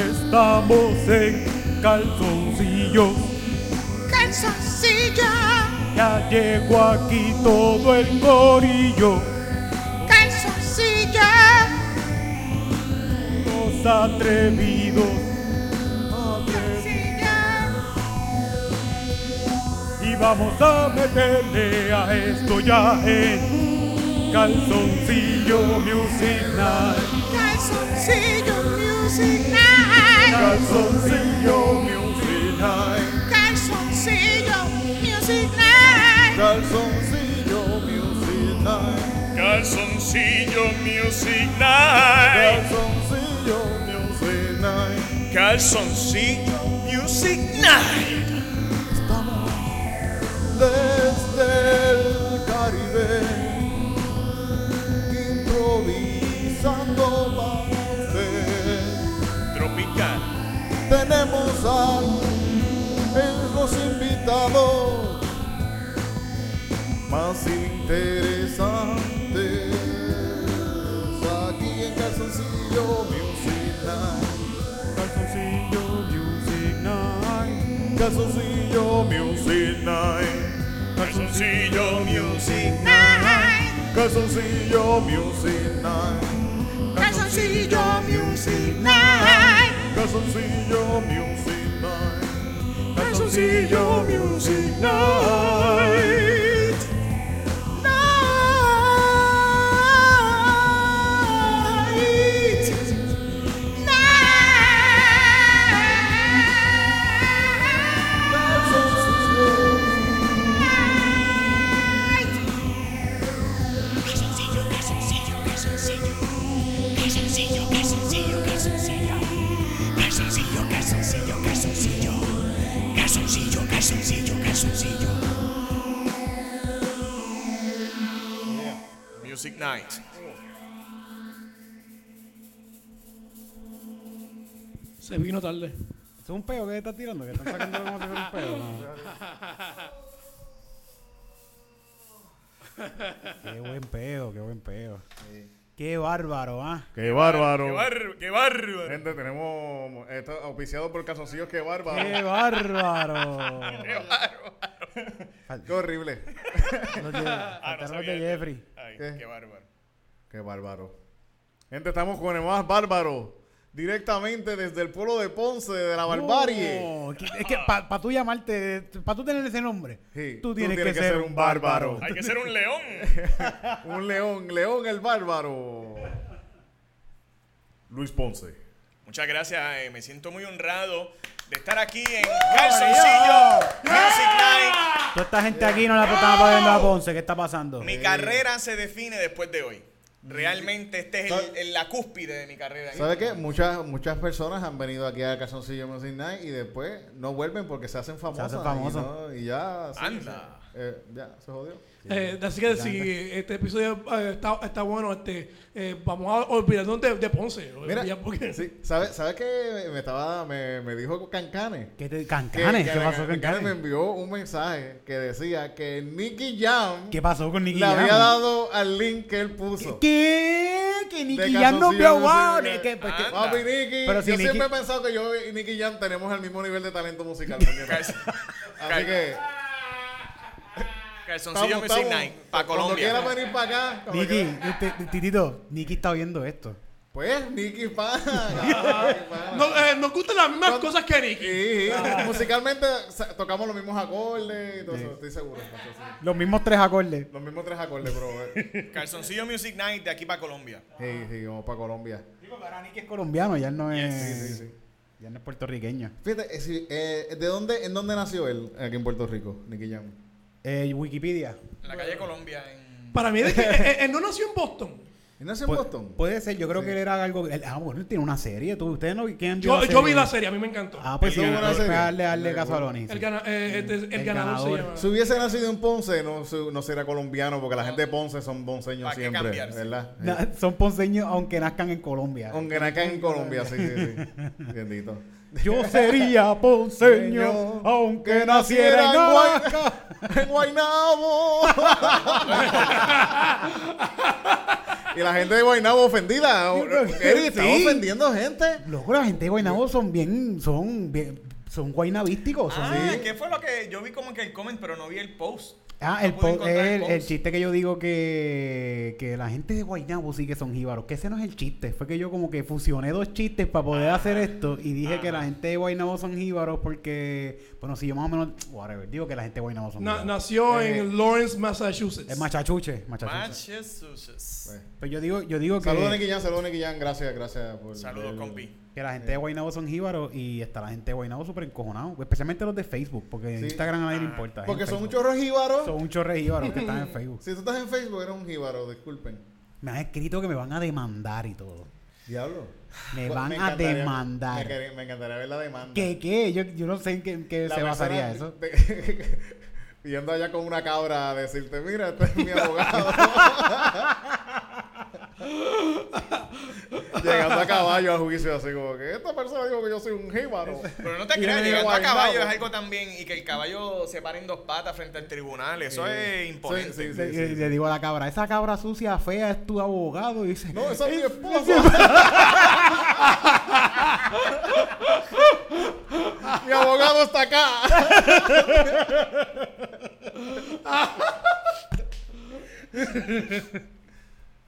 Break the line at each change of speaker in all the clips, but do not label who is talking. andamos en calzoncillos.
Calzoncillo,
Ya llegó aquí todo el corillo.
calzoncillo,
Los atrevidos
calzoncillo,
y vamos a meterle a esto ya en calzoncillo music night.
calzoncillo music night.
Calzoncillo music night.
Calzoncillo music night.
Calzoncillo music night.
Calzoncillo Music Night.
Calzoncillo music night.
Calzoncillo Music Night.
desde el Caribe, improvisando para usted.
Tropical.
Tenemos a los invitados más interesantes aquí en Calzoncillo Music Night. Calzoncillo Music Night. Calzoncillo Music Night.
Calzoncillo Music Night.
Night.
Calzoncillo Music Night.
Calzoncillo music night.
Calzoncillo Music Night.
Calzoncillo Music
Night.
Night. Night.
Calzoncillo, calzoncillo, calzoncillo. Calzoncillo, calzoncillo, calzoncillo. Calzoncillo, calzoncillo, calzoncillo. Calzoncillo, calzoncillo, calzoncillo.
Music Night.
Se vino tarde.
¿Es un peo que estás tirando? ¿Que están sacando como si fuera un peo? No. qué buen peo, qué buen peo. Qué bárbaro, ¿ah?
¡Qué bárbaro!
Qué, bar- qué bárbaro.
Gente, tenemos... Está auspiciado por calzoncillos, ¡qué bárbaro!
¡Qué bárbaro!
Qué bárbaro.
¡Qué horrible!
Los de, faltaron los
Ah, sabía
de
eso.
Jeffrey.
Ay,
¿Qué?
qué bárbaro.
¡Qué bárbaro! Gente, estamos con el más bárbaro. Directamente desde el pueblo de Ponce, de la barbarie.
No, que- es que para tú llamarte, para tú tener ese nombre,
Sí,
tú, tienes que, ser, un
bárbaro.
bárbaro.
Hay que ser un león.
Un león, León el bárbaro. Luis Ponce.
Muchas gracias. eh, me siento muy honrado de estar aquí en
¡Oh,
Calzoncillo Music Night.
Toda esta gente aquí no la estaba pagando a Ponce. ¿Qué está pasando?
Mi carrera se define después de hoy. Realmente este es el- el- la cúspide de mi carrera.
¿Sabe qué? Muchas, muchas personas han venido aquí a Calzoncillo Music Night y después no vuelven porque se hacen famosas.
famosas.
Y, no- y ya. sí,
Anda.
sí. Eh, ya, se jodió.
Eh, así que si este episodio eh, está, está bueno, este, eh, vamos a olvidarnos de, de Ponce.
Mira,
Ya, porque-
sí, ¿sabe, ¿sabe qué? Me, estaba, me, me dijo Cancane.
¿Qué te,
que-
Cancanes?
que
¿Qué pasó con
Cancane me
Cancanes?
envió un mensaje que decía que Nicky Jam
¿Qué pasó con Nicky
le había
Jam?
dado al link que él puso.
¿Qué? Que
De
Nicky Jam no
calzoncillo,
vio
no sé,
wow.
mira.
que- pues, que-
Anda.
Papi Nicky,
Pero si
yo
Nicky-
siempre he pensado que yo y Nicky Jam tenemos el mismo nivel de talento musical. puñeta. Así que
Calzoncillo Music Night. Para
Cuando quiera pues.
Colombia.
venir para acá. cuando
Nicky,
quiera-
este, Titito, Nicky está viendo esto.
Pues Nicky pana. Ah, Nicky, pana.
No, eh, nos gustan las mismas
Cuando-
cosas que Nicky.
Sí, sí. musicalmente sa- tocamos los mismos acordes y todo eso, estoy seguro. entonces, sí.
Los mismos tres acordes.
Los mismos tres acordes, bro. eh.
Calzoncillo Music Night de aquí para Colombia.
Sí, sí, vamos para Colombia.
Ahora Nicky es colombiano, ya él no es.
Sí, sí.
Ya no es puertorriqueño.
Fíjate, eh, sí, eh, ¿de dónde, en dónde nació él aquí en Puerto Rico, Nicky Jam?
Eh, Wikipedia.
En la calle Colombia. En...
Para mí es que eh, él no nació en Boston.
¿Y nació en
Pu-
Boston?
Puede ser, yo creo
Sí.
que él era algo. él- ah, bueno, él tiene una serie. ¿tú, ¿Ustedes no quieren
Yo, yo vi la serie, a mí me encantó.
Ah, pues
Él
sí,
tuvo una
pues,
serie.
darle, darle
Sí,
caso a
bueno.
Lonnie. sí.
el, gana- eh, este es- el
El
ganador,
ganador.
se
Si
llama.
hubiese nacido en Ponce, no, se- no sería colombiano, porque la gente de Ponce son ponceños
¿Para qué
siempre,
cambiarse?
¿verdad? Sí.
Na- son ponceños aunque nazcan en Colombia.
Aunque acá en Colombia, sí, sí, sí. Bendito.
Yo sería ponceño aunque naciera en Oaxaca.
Guay- en Guaynabo. Y la gente de Guaynabo ofendida. Eric, estamos
Sí.
ofendiendo gente.
Loco, la gente de Guaynabo son bien, son bien, son guaynavísticos. son-
Ah, ¿qué fue lo que yo vi como que el comment, pero no vi el post?
Ah,
No
el,
pude
po-
encontrar
el- el
post.
chiste que yo digo que, que la gente de Guaynabo sí que son jíbaros, que ese no es el chiste, fue que yo como que fusioné dos chistes para
Ah,
poder hacer esto y dije que la gente de Guaynabo son jíbaros porque, bueno, si yo más o menos, whatever, digo que la gente de Guaynabo son
Na-
jíbaros.
nació
Eh,
en Lawrence, Massachusetts.
Es machachuche, machachuche.
Massachusetts.
Pero yo digo, yo digo
Saludos,
que,
Nicky Jan. Saludos, Nicky Jan. Gracias, gracias por.
Saludos,
el-
compi.
que la gente de Guaynabo son jíbaros y está la gente de Guaynabo súper encojonado, especialmente los de Facebook, porque en
Sí.
Instagram a nadie le importa. es en
Porque son un
Facebook.
chorro jíbaro.
Son un chorre jíbaros que están en Facebook.
Si tú estás en Facebook, eres un jíbaro, disculpen.
Me han escrito que me van a demandar y todo.
Diablo.
Me
Pues,
van a
encantaría-
demandar.
Me, quer- me encantaría ver la demanda.
¿Qué, qué? Yo, yo no sé en qué, en qué
La
se
persona
basaría eso.
de- Yendo allá con una cabra a decirte, mira, este es mi abogado. Llegando a caballo a juicio, así como que esta persona dijo que yo soy un jíbaro.
Pero no te
Y yo
creas,
me
llegando
digo,
a caballo
"Guaynabo".
es algo también. Y que el caballo se pare en dos patas frente al tribunal. Eso
Sí.
es
Sí,
imponente.
sí, sí.
Le, le- le digo a la cabra, esa cabra sucia, fea, es tu abogado. Y dice,
No, esa es mi esposa. mi abogado está acá.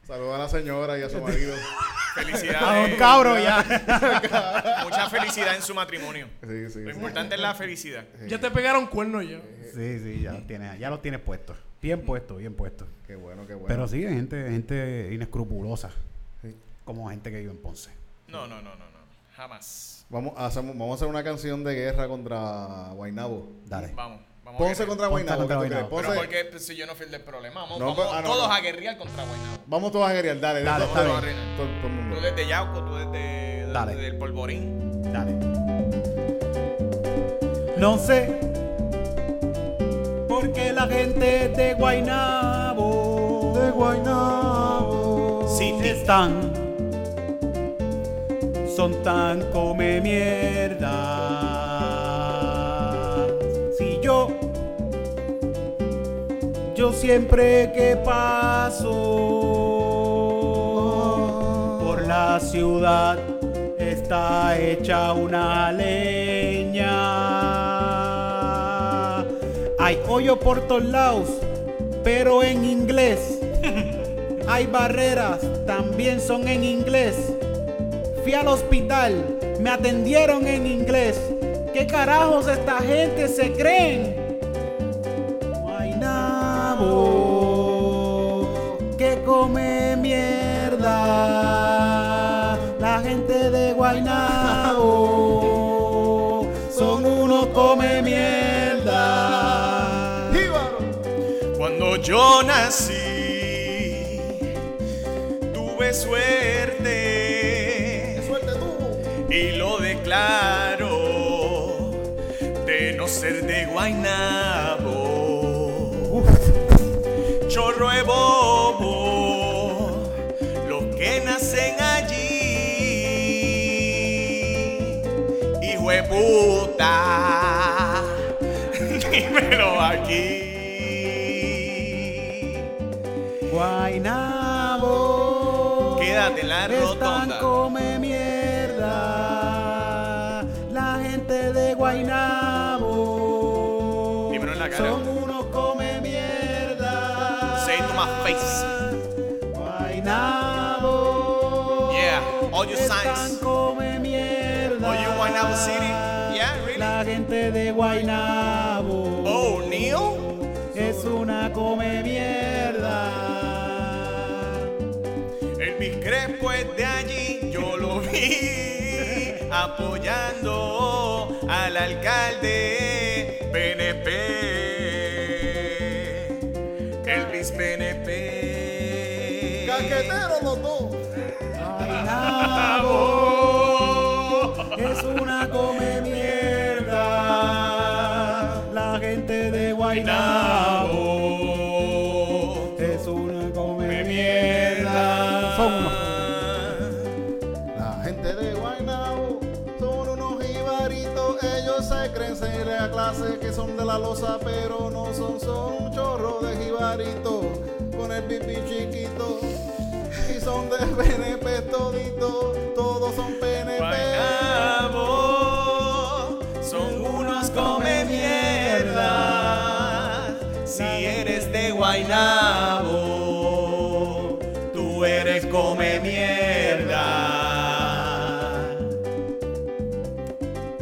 Saludos a la señora y a su marido.
a
Felicidades.
"Ah, un cabro ya.
Mucha felicidad en su matrimonio.
Sí, sí,
Lo
sí.
importante es la felicidad.
Ya te pegaron cuernos ya.
sí, sí, ya los tienes, ya los tienes puestos. Bien puestos, bien puestos.
Qué bueno, qué bueno.
Pero sí, hay gente, gente inescrupulosa.
Sí.
Como gente que vive en Ponce.
No, no, no, no, no. Jamás.
Vamos, a hacer, vamos a hacer una canción de guerra contra Guaynabo.
Dale.
Vamos. vamos a
Ponce
guerrear.
contra
Ponce
Guaynabo.
contra
¿qué tú
Guaynabo.
crees?
Pero
Ponce-
porque pues, si yo no fui el del problema, vamos,
No,
vamos
pero- ah, no,
todos
no.
a guerrear contra Guaynabo.
Vamos todos a guerrear. Dale,
Dale,
todo-
está
bien.
Todo, todo el mundo.
Tú desde Yauco, tú desde, desde
Dale.
el Polvorín.
Dale. No sé por qué la gente de Guaynabo, de Guaynabo, si están, son tan come mierda. Si yo, yo siempre que paso por la ciudad está hecha una leña. Hay hoyo por todos lados, pero en inglés. Hay barreras, también son en inglés. Fui al hospital, me atendieron en inglés. ¿Qué carajos esta gente se creen? Guaynabo, que come mierda. La gente de Guaynabo son unos come mierda.
Cuando yo nací, tuve suerte.
Suerte tú.
Y lo declaro de no ser de Guaynabo. Chorro de bobo, los que nacen allí. Hijo de puta, dímelo aquí.
Guaynabo.
Quédate en la
Están
rotonda.
come mierda. La gente de Guaynabo.
Dímelo en la cara.
Son unos come mierda.
Say it to my face.
Guaynabo.
Yeah, all you
Están
signs.
come mierda.
All you Guaynabo City. Yeah, really.
La gente de Guaynabo.
Oh, Neil.
Es una come mierda.
Elvis Crespo es de allí, yo lo vi apoyando al alcalde PNP. Elvis PNP.
Caqueteros los dos.
Guaynabo es una come mierda. La gente de Guaynabo
Guaynabo.
es una come mierda.
Mierda.
Son unos-
La gente de Guaynabo son unos jibaritos, ellos se creen ser la clase que son de la loza, pero no son, son un chorro de jibaritos, con el pipí chiquito. Y del PNP todito, todos son PNP.
Guaynabo, son unos come mierda. Si eres de Guaynabo, tú eres come mierda.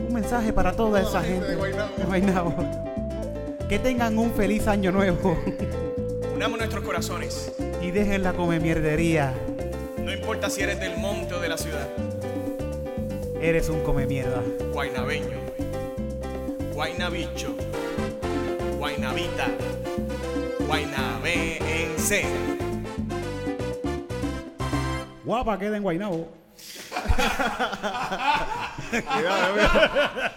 Un mensaje para toda esa gente de Guaynabo. Que tengan un feliz año nuevo
Unamos nuestros corazones.
y dejen la come mierdería.
No importa si eres del monte o de la ciudad,
Eres un come mierda.
guaynabeño, guaynabicho, guaynabita, guaynabense.
Guapa queda en Guaynabo.
Cuidado, mira.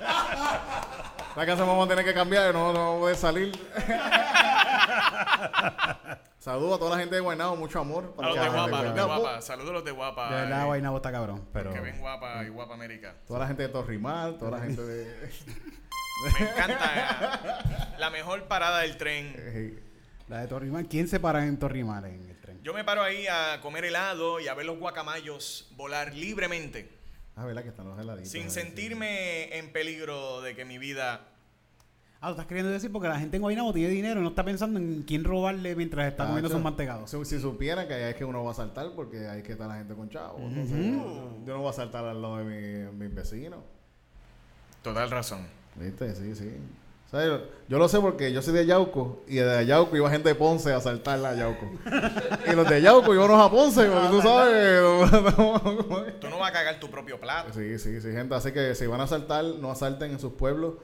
La casa vamos a tener que cambiar, no, no vamos a poder salir. Saludos a toda la gente de Guaynabo, mucho amor.
A los de
Mucha
guapa, a los
gente de
de
Guaynabo.
guapa. Saludos a los de guapa.
De verdad,
eh,
Guaynabo está cabrón. Pero
Que ven guapa y guapa América.
Toda la gente de Torrimal, toda la gente de...
Me encanta. eh, la mejor parada del tren.
eh,
la de Torrimán, ¿quién se para en Torrimán en el tren?
Yo me paro ahí a comer helado y a ver los guacamayos volar libremente.
Ah, ¿verdad que están los heladitos?
Sin
ahí, sí.
sentirme en peligro de que mi vida.
Ah, ¿lo estás queriendo decir porque la gente en Guaynabo tiene dinero, no está pensando en quién robarle mientras está comiendo
Tacho,
sus mantegados.
Si, si supiera que ahí es que uno va a saltar porque ahí es que está la gente con chavo. entonces, yo, yo no voy a saltar al lado de mi- mis vecinos.
Total razón.
¿Viste? Sí, sí. O sea, yo, yo lo sé porque yo soy de Yauco y de Yauco iba gente de Ponce a saltarla a Yauco. y los de Yauco íbamos a Ponce, porque tú
Ah,
sabes.
Tú no vas a cagar tu propio plato.
sí, sí, sí, gente. Así que si van a saltar, no asalten en sus pueblos,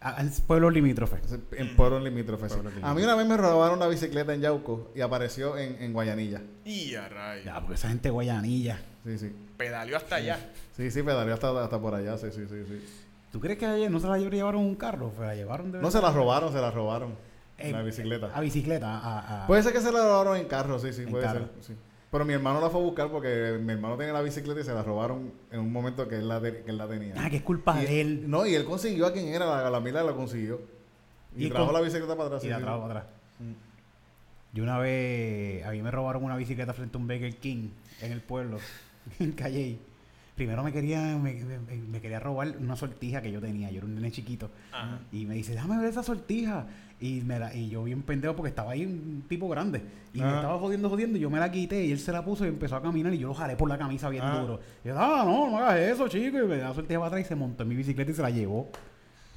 A- Ah, Al pueblo limítrofe.
en pueblos limítrofes. sí. A mí una vez me robaron la bicicleta en Yauco y apareció en, en Guayanilla.
Y a rayos.
Ya, pues. porque esa gente guayanilla.
Sí, sí.
Pedaleó hasta allá.
Sí, sí, pedaleó hasta, hasta por allá, sí, sí, sí, sí.
¿Tú crees que ayer no se la llevaron un carro? ¿Se la llevaron de
No se la robaron, se la robaron. la
Eh,
Pues,
A
bicicleta.
bicicleta. a- a-
Puede ser que se la robaron en carro, sí, sí,
En
puede
carro.
ser. sí. Pero mi hermano la fue a buscar porque mi hermano tenía la bicicleta y se la robaron en un momento que él la, de- que él la tenía.
Ah, que es culpa
Y-
de él.
No, y él consiguió a quien era, la, la mila la consiguió. Y,
Y
trajo
con-
la bicicleta para atrás.
y
sí,
la
sí,
trajo
sí.
para atrás. Yo una vez, a mí me robaron una bicicleta frente a un Burger King en el pueblo, en Calle. Primero me quería, me, me- me quería robar una sortija que yo tenía, yo era un nene chiquito.
Ajá.
Y me dice, déjame ver esa sortija. Y, me la, y yo bien pendejo porque estaba ahí un tipo grande. Y me
Ajá.
estaba jodiendo, jodiendo. Y yo me la quité y él se la puso y empezó a caminar. Y yo lo jalé por la camisa bien
Ah.
duro. Y yo, ah, no, no hagas eso, chico. Y me da la sortija para atrás y se montó en mi bicicleta y se la llevó.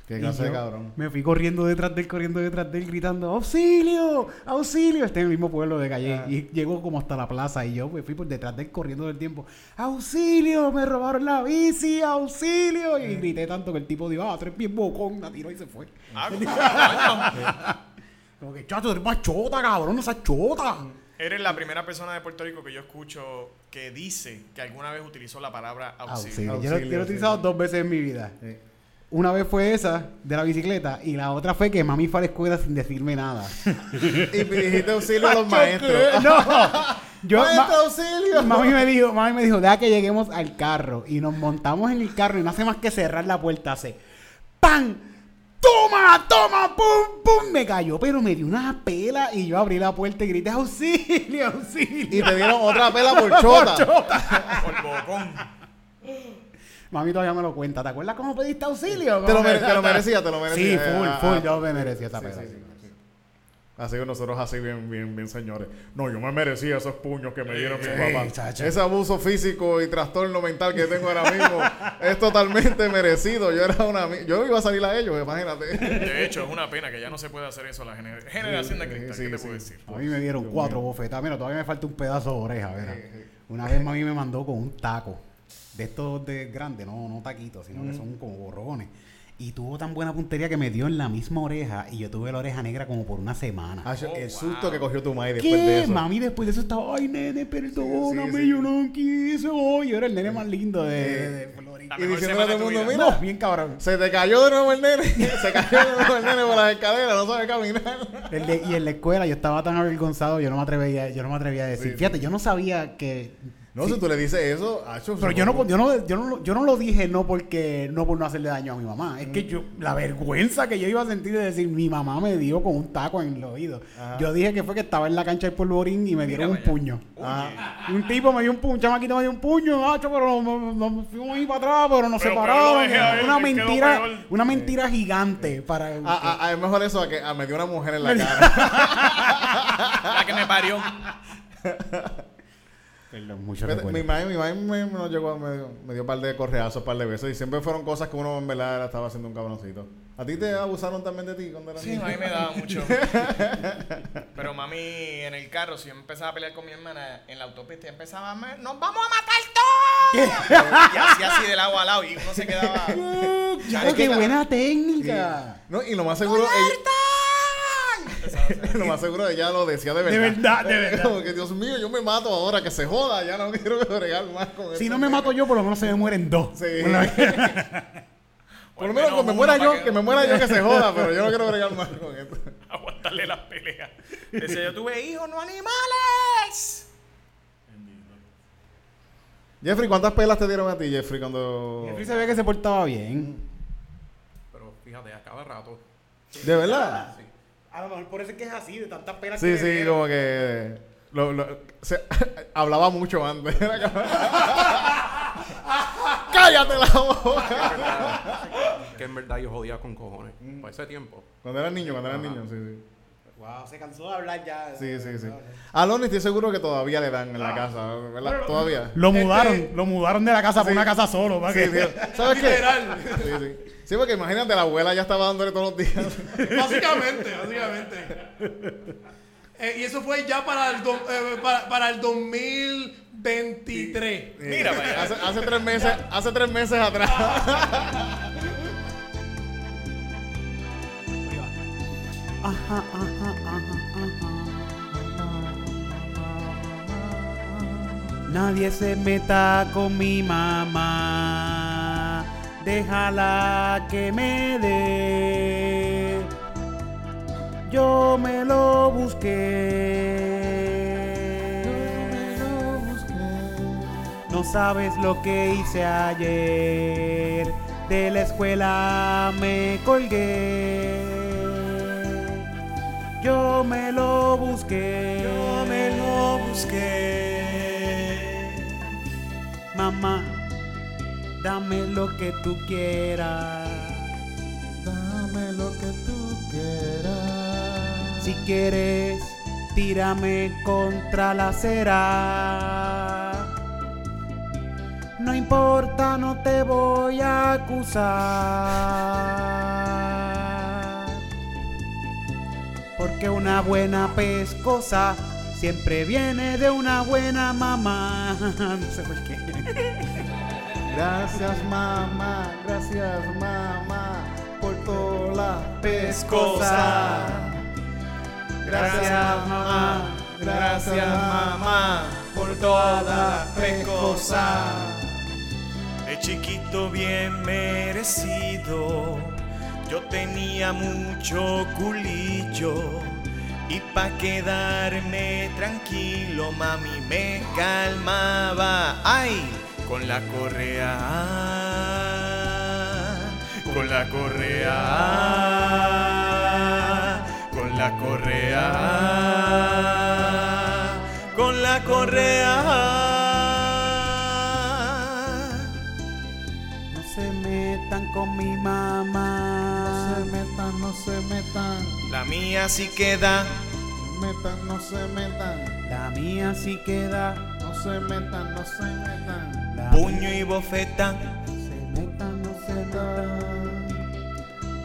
Qué
Y
clase de
yo
cabrón.
Me fui corriendo detrás de él, corriendo detrás de él, gritando, ¡auxilio! ¡auxilio! Este en el mismo pueblo de Calle.
Ah.
Y llegó como hasta la plaza y yo me fui por detrás de él corriendo todo el tiempo, ¡auxilio! ¡Me robaron la bici! ¡auxilio! Y grité tanto que el tipo dijo, ¡ah, tú eres bien bocón! La tiró y se fue.
Ah, coño.
Como que, chacho, tú eres más chota, cabrón, no seas chota.
Eres la primera persona de Puerto Rico que yo escucho que dice que alguna vez utilizó la palabra
Ah,
auxilio.
Auxilio. Yo lo- Yo, lo
auxilio,
he utilizado
sí.
dos veces en mi vida.
Sí.
Una vez fue esa de la bicicleta y la otra fue que mami fue a la escuela sin decirme nada.
Y me dijiste auxilio a los maestros. Ah,
no, yo
¡Maestro,
ma-
este auxilio!
Mami me dijo, mami me dijo, deja que lleguemos al carro. Y nos montamos en el carro y no hace más que cerrar la puerta. Hace ¡Pam! ¡Toma! ¡Toma! ¡Pum! ¡Pum! Me cayó, pero me dio una pela y yo abrí la puerta y grité auxilio,
Y
auxilio.
te dieron otra pela por chota.
Por bocón.
Mami todavía me lo cuenta. ¿Te acuerdas cómo pediste auxilio?
Te lo mere- te lo merecía, te lo
Sí,
merecía.
full,
Ah,
full.
ah,
Yo me merecía esa
Sí,
pela.
sí, sí, sí. Así que nosotros así bien, bien, bien señores. No, yo me merecía esos puños que me dieron mis papás.
chacho.
Ese abuso físico y trastorno mental que tengo ahora mismo es totalmente merecido. Yo era una, mi- yo iba a salir a ellos, imagínate.
De hecho, es una pena que ya no se puede hacer eso a la gener- generación de cristal.
Sí,
¿Qué te
sí.
puedo decir?
A mí me dieron cuatro bofetadas. Mira, todavía me falta un pedazo de oreja, mira. Una vez mami me mandó con un taco. De estos de grandes, no, no taquitos, sino
Mm.
que son como borrones. Y tuvo tan buena puntería que me dio en la misma oreja y yo tuve la oreja negra como por una semana.
Ah,
Oh,
yo- el susto que cogió tu madre después de
¿Qué?
eso.
Mami después de eso estaba, ay nene, perdóname,
Sí, Eh, sí, sí.
yo no quise, oh, yo era el nene más lindo de, de Florida.
La
Y
mejor
diciéndole a todo
semana
el
de tu
mundo,
vida.
mira,
No, bien cabrón.
se te cayó de nuevo el nene. se cayó de nuevo el nene por las escaleras, no sabe caminar.
El de- y en la escuela yo estaba tan avergonzado, yo no me atrevía, yo no me atrevía a decir. Fíjate, yo no sabía que
No, si tú le dices eso, acho,
Pero
se
yo no,
pone-
yo, no, yo, no, lo- yo no lo dije no porque no por no hacerle daño a mi mamá. Es que yo, la vergüenza que yo iba a sentir de decir mi mamá me dio con un taco en el oído. Yo dije que fue que estaba en la cancha del polvorín y me dieron un puño. Ajá. Un tipo me dio un puño, un chamaquito me dio un puño, macho, pero nos no, no- fuimos ahí para atrás, pero nos
Pero, pero
separaron.
lo dejé a él,
una
que quedó
mentira,
peor.
una mentira gigante para
Ah, ah, ah, es mejor eso a que ah, me dio una mujer en la cara.
La que me parió.
Perdón, mucho
Fíjate, mi
recuerdo.
madre, mi madre me, me llegó, me, dio- me dio un par de correazos, un par de veces. Y siempre fueron cosas que uno en verdad era- estaba haciendo un cabroncito. ¿A ti te abusaron también de ti cuando eras
Sí,
niño?
a mí me daba mucho. Pero mami, en el carro, si yo empezaba a pelear con mi hermana, en la autopista ella empezaba a... "Ma- ¡Nos vamos a matar todos! Y hacía así del lado al lado y uno se quedaba...
Ya,
Es que
¡Qué
la-
buena técnica!
No, y lo más seguro. Ella, lo más seguro ella lo decía de verdad.
verdad, de verdad.
Como que, Dios mío, yo me mato ahora, que se joda. Ya no quiero bregar más con
Si
este
no me
tema.
mato yo, por lo menos se me mueren dos.
Sí.
Una vez.
Por lo menos que me muera yo, que me muera yo, que se joda. Pero yo no quiero bregar más con esto.
Aguantarle las peleas. Decía yo, tuve hijos, no animales.
Jeffrey, ¿cuántas pelas te dieron a ti, Jeffrey, cuando.
Jeffrey se ve que se portaba bien.
Pero fíjate, a cada rato.
¿De verdad?
A lo mejor por eso es que es así, de tantas penas
Sí, sí, como que. lo- lo- se- hablaba mucho antes. ¡Cállate la boca!
Que en verdad yo jodía con cojones.
Mm.
Para ese tiempo.
Cuando eras niño, cuando eras niño, sí, sí.
Wow, se cansó de hablar ya.
Sí, sí, sí. A Lonnie estoy seguro que todavía le dan en la casa, ¿verdad? Todavía.
Lo mudaron, lo mudaron de la casa
sí.
para una casa solo. ¿para
Sí,
qué?
sí. ¿Sabes qué? Sí, sí. Sí, porque imagínate, la abuela ya estaba dándole todos los días.
Básicamente, básicamente. Eh, y eso fue ya para el, do- eh, para, para el 2023.
Mira, vaya.
hace, hace tres meses, hace tres meses atrás.
Nadie se meta con mi mamá. Déjala que me dé. Yo me lo busqué. No sabes lo que hice ayer. De la escuela me colgué. Yo me lo busqué. Yo me lo busqué. Mamá, dame lo que tú quieras.
Dame lo que tú quieras.
Si quieres, tírame contra la acera. No importa, no te voy a acusar. Porque una buena pescosa siempre viene de una buena mamá. No sé por qué.
Gracias mamá, gracias mamá por toda la pescosa. Gracias mamá, gracias mamá por toda la pescosa.
De chiquito bien merecido, yo tenía mucho culillo. Y pa' quedarme tranquilo, mami me calmaba. ¡Ay! Con la correa. Con la correa. Con la correa. Con la correa.
No se metan con mi mamá.
No se metan, no se metan,
La mía sí queda.
metan, no se metan,
La mía sí queda.
no se metan, no se metan.
La
Puño y bofeta.
mía se metan, no se metan.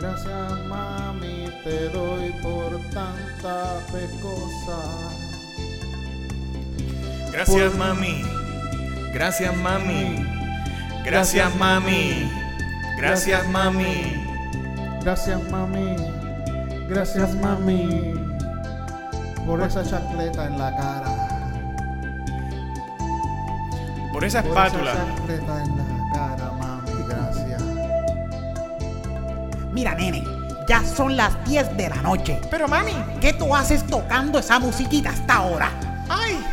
Gracias mami, te doy por tanta pescosa.
Gracias mami. Gracias mami. Gracias mami. Gracias mami.
Gracias mami, gracias mami por esa chacleta en la cara.
Por esa
Por esa
espátula.
chacleta en la cara, mami, gracias.
Mira, nene, ya son las 10 de la noche. Pero, mami, ¿qué tú haces tocando esa musiquita hasta ahora?
Ay,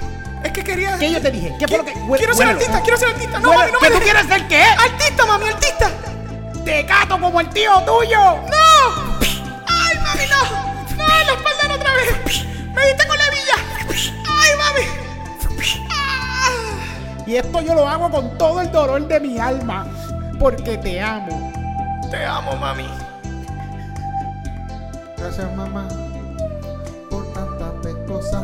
es
que quería.
¿Qué yo te dije? ¿Qué fue lo que-
Quiero
hué-
ser
huélelo.
artista, quiero ser artista. No,
Huele-
mami, no
¿Que
me
tú
dejes.
quieres ser qué?
Artista, mami, artista.
¡Te gato como el tío tuyo!
¡No! ¡Ay, mami, no! ¡No, la espalda no, otra vez! ¡Me diste con la villa! ¡Ay, mami! Ah.
Y esto yo lo hago con todo el dolor de mi alma, porque te amo.
Te amo, mami.
Gracias mamá por tantas cosas.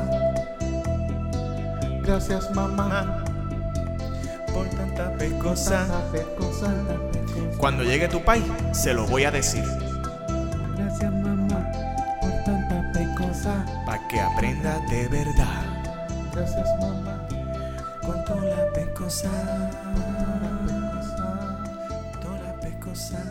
Gracias mamá
Por tanta
por
pecosa.
tantas cosas.
Cuando llegue tu país, se lo voy a decir.
Gracias mamá por tantas cosas.
Pa' que aprenda de verdad.
Gracias mamá.
Cuánto la pecosa. Toda la pecosa.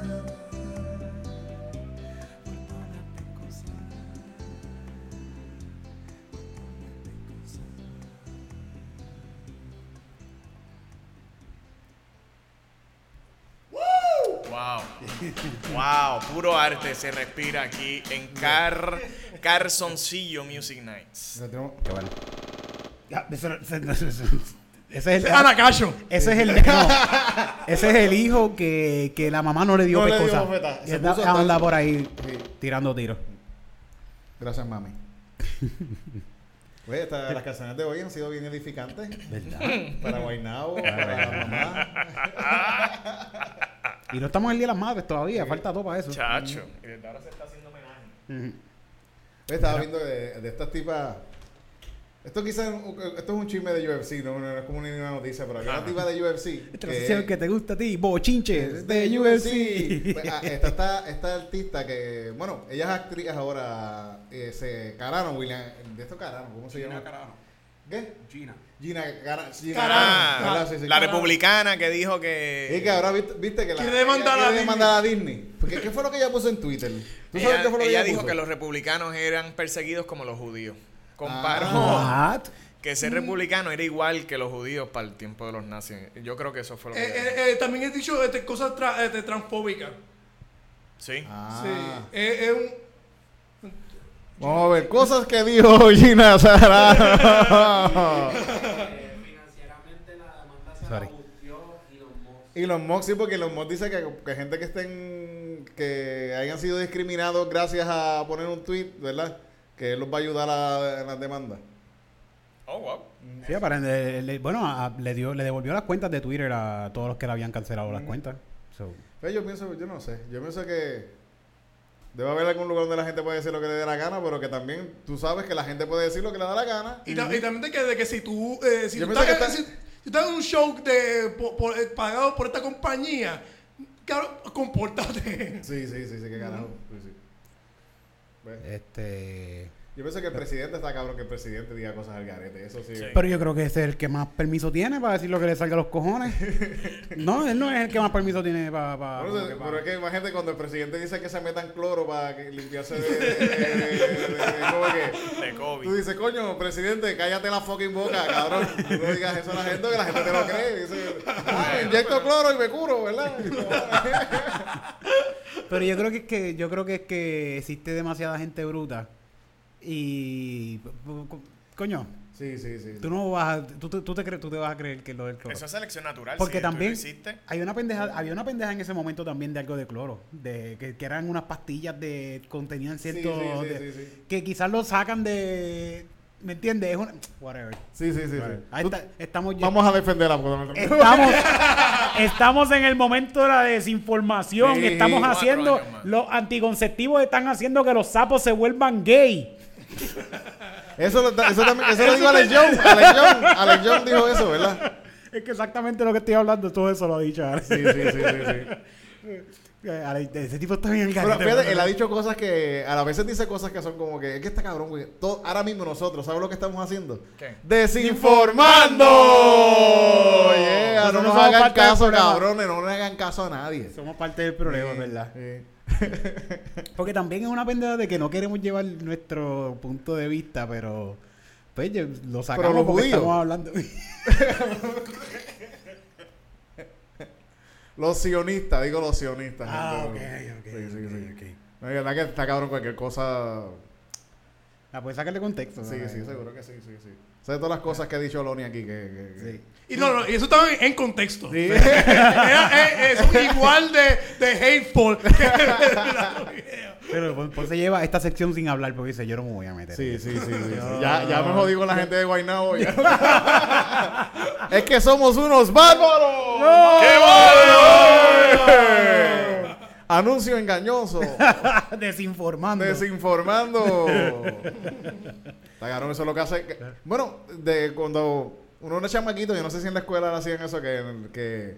Wow. Wow, puro arte se respira aquí en Car Carsoncillo Music Nights.
Lo tenemos- qué bueno. Ya, eso- eso- eso- eso- Ese es el,
Ah,
Ana Cacho.
ese es el, no. ese es el hijo que, que la mamá no le dio
No le dio
pescosa.
bofeta.
Y
Se
anda,
puso hasta
anda
el-
por ahí
Sí.
tirando tiros.
Gracias, mami. Oye, esta- las canciones de hoy han sido bien edificantes.
¿Verdad?
Para Guaynabo, para la mamá.
Y no estamos en el Día de las Madres todavía, falta todo para eso.
Chacho. Y desde ahora se está haciendo homenaje.
Ujú.
Oye, estaba viendo de, de estas tipas. Esto quizás esto es un chisme de UFC, no, no, no es como ni una noticia, pero había una tipa de UFC.
Esta es la sección que te gusta a ti, bochinches
es
de UFC.
Pues, ah, esta, esta, esta artista que, bueno, ella es actriz ahora, eh, se, Carano, William, de esto Carano, ¿cómo se llama?
Carano.
¿Qué?
Gina.
Gina Carano. Gina
Ah,
Carano, ¿verdad? Sí, sí,
la
Carano.
republicana que dijo
Es
que.
que ahora viste, viste que la.
Quiere demandar
ella
a
quiere
Disney.
demandar a Disney. Porque, ¿Qué fue lo que ella puso en Twitter? ¿Tú sabes
ella
qué fue lo que
ella
ella,
dijo
puso?
que los republicanos eran perseguidos como los judíos.
Ah.
Comparó
What?
que ser republicano era igual que los judíos para el tiempo de los nazis. Yo creo que eso fue lo
Eh,
que. ella dijo.
eh, eh, también he dicho este, cosas tra- este, transfóbicas.
sí.
Ah.
Sí. eh, Es, es un.
Vamos a ver, cosas que dijo Gina Sara.
Sorry.
Y los Musk, sí, porque los Musk dice que, que gente que estén. que hayan sido discriminados gracias a poner un tweet, ¿verdad? Que él los va a ayudar a, en las demandas.
Oh, wow.
Sí, aparente- le- bueno, a- le, dio, le devolvió las cuentas de Twitter a todos los que le habían cancelado
Mm.
las cuentas. So,
Pero Pues yo pienso, yo no sé, yo pienso que debe haber algún lugar donde la gente puede decir lo que le dé la gana, pero que también tú sabes que la gente puede decir lo que le da la gana.
Y, ta- y también de que, de que si tú, eh, si
Yo
tú
pienso
estás,
que
en-
está-
si- si estás en un show de, por- por- eh, pagado por esta compañía, claro, compórtate.
Sí, sí, sí, sí, qué carajo. Sí, sí. Bueno,
este,
Yo pienso que el presidente está cabrón que el presidente diga cosas al garete, eso sí.
Sí.
pero yo creo que ese es el que más permiso tiene para decir lo que le salga a los cojones. no, él no es el que más permiso tiene para... para-
Pero,
como
eso-
que para-
pero es Ah, que imagínate cuando el presidente dice que se metan cloro para que limpiarse de, de- de- de- ¿cómo es que?
De
Tú
COVID.
dices, coño, presidente, cállate la fucking boca, cabrón. Tú No digas eso a la gente que la gente te lo cree. Dice, ah, me inyecto cloro y me curo, ¿verdad?
Pero yo creo que es que yo creo que es que existe demasiada gente bruta y co- co- coño,
Sí, sí, sí.
tú no vas a, tú, tú- tú te crees tú te vas a creer que lo del cloro.
Eso es selección natural.
Porque
sí, tú
también
lo hiciste.
hay una pendeja, había una pendeja en ese momento también de algo de cloro, de que, que eran unas pastillas de contenían
Sí,
cierto
sí, sí,
de-
sí, sí.
que quizás lo sacan de ¿me entiendes? Es una whatever.
Sí, sí, sí. sí.
Ahí
Tú-
está- Eh. estamos ya-
Vamos a defenderla. porque-
Estamos, estamos en el momento de la desinformación.
Sí,
estamos
cuatro
haciendo.
años más.
los anticonceptivos están haciendo que los sapos se vuelvan gay.
Eso lo, eso también, eso lo dijo Alex Jones. Alex Jones, Alex Jones dijo eso, ¿verdad?
Es que exactamente lo que estoy hablando, todo eso lo ha dicho Alex.
Sí, sí, sí, sí. sí.
Eh, Alex, Ese tipo está bien
Pero
garete,
fíjate,
bro.
él ha dicho cosas que a la veces dice cosas que son como que es que está cabrón, güey. To- ahora mismo nosotros, ¿sabes lo que estamos haciendo?
¿Qué?
¡Desinformando! Yeah,
Nosotros
no nos
somos
hagan
parte del
caso,
programa.
cabrones, no le hagan caso a nadie.
Somos parte del problema,
Sí,
¿verdad?
sí.
Porque también es una pendeja de que no queremos llevar nuestro punto de vista, pero. Pues yo- lo sacamos
los
porque
judíos.
estamos hablando.
Los sionistas, digo los sionistas.
ah, ok,
gente.
ok.
Sí, sí, sí.
ok, ok.
No, y la verdad que está cabrón cualquier cosa.
La puedes sacar de Ah, pues, contexto.
Sí,
¿sabes?
sí, seguro que sí, sí, sí. Sé todas las cosas que ha dicho Loni aquí. Que, que- que-
Sí.
Y no, no, y eso estaba en, en contexto.
Sí.
Era- es, es igual de, de hateful que el video.
Pero por, por se lleva esta sección sin hablar porque dice, yo no me voy a meter.
Sí, sí, sí. sí, sí. Ya, ya me jodí con
Ah.
la gente de Guaynabo. ya. es que somos unos bárbaros. ¡Qué bárbaros! Anuncio engañoso.
Desinformando.
Desinformando. Está cabrón, eso es lo que hace. que- Bueno, de cuando uno era chamaquito, yo no sé si en la escuela hacían eso, que, que,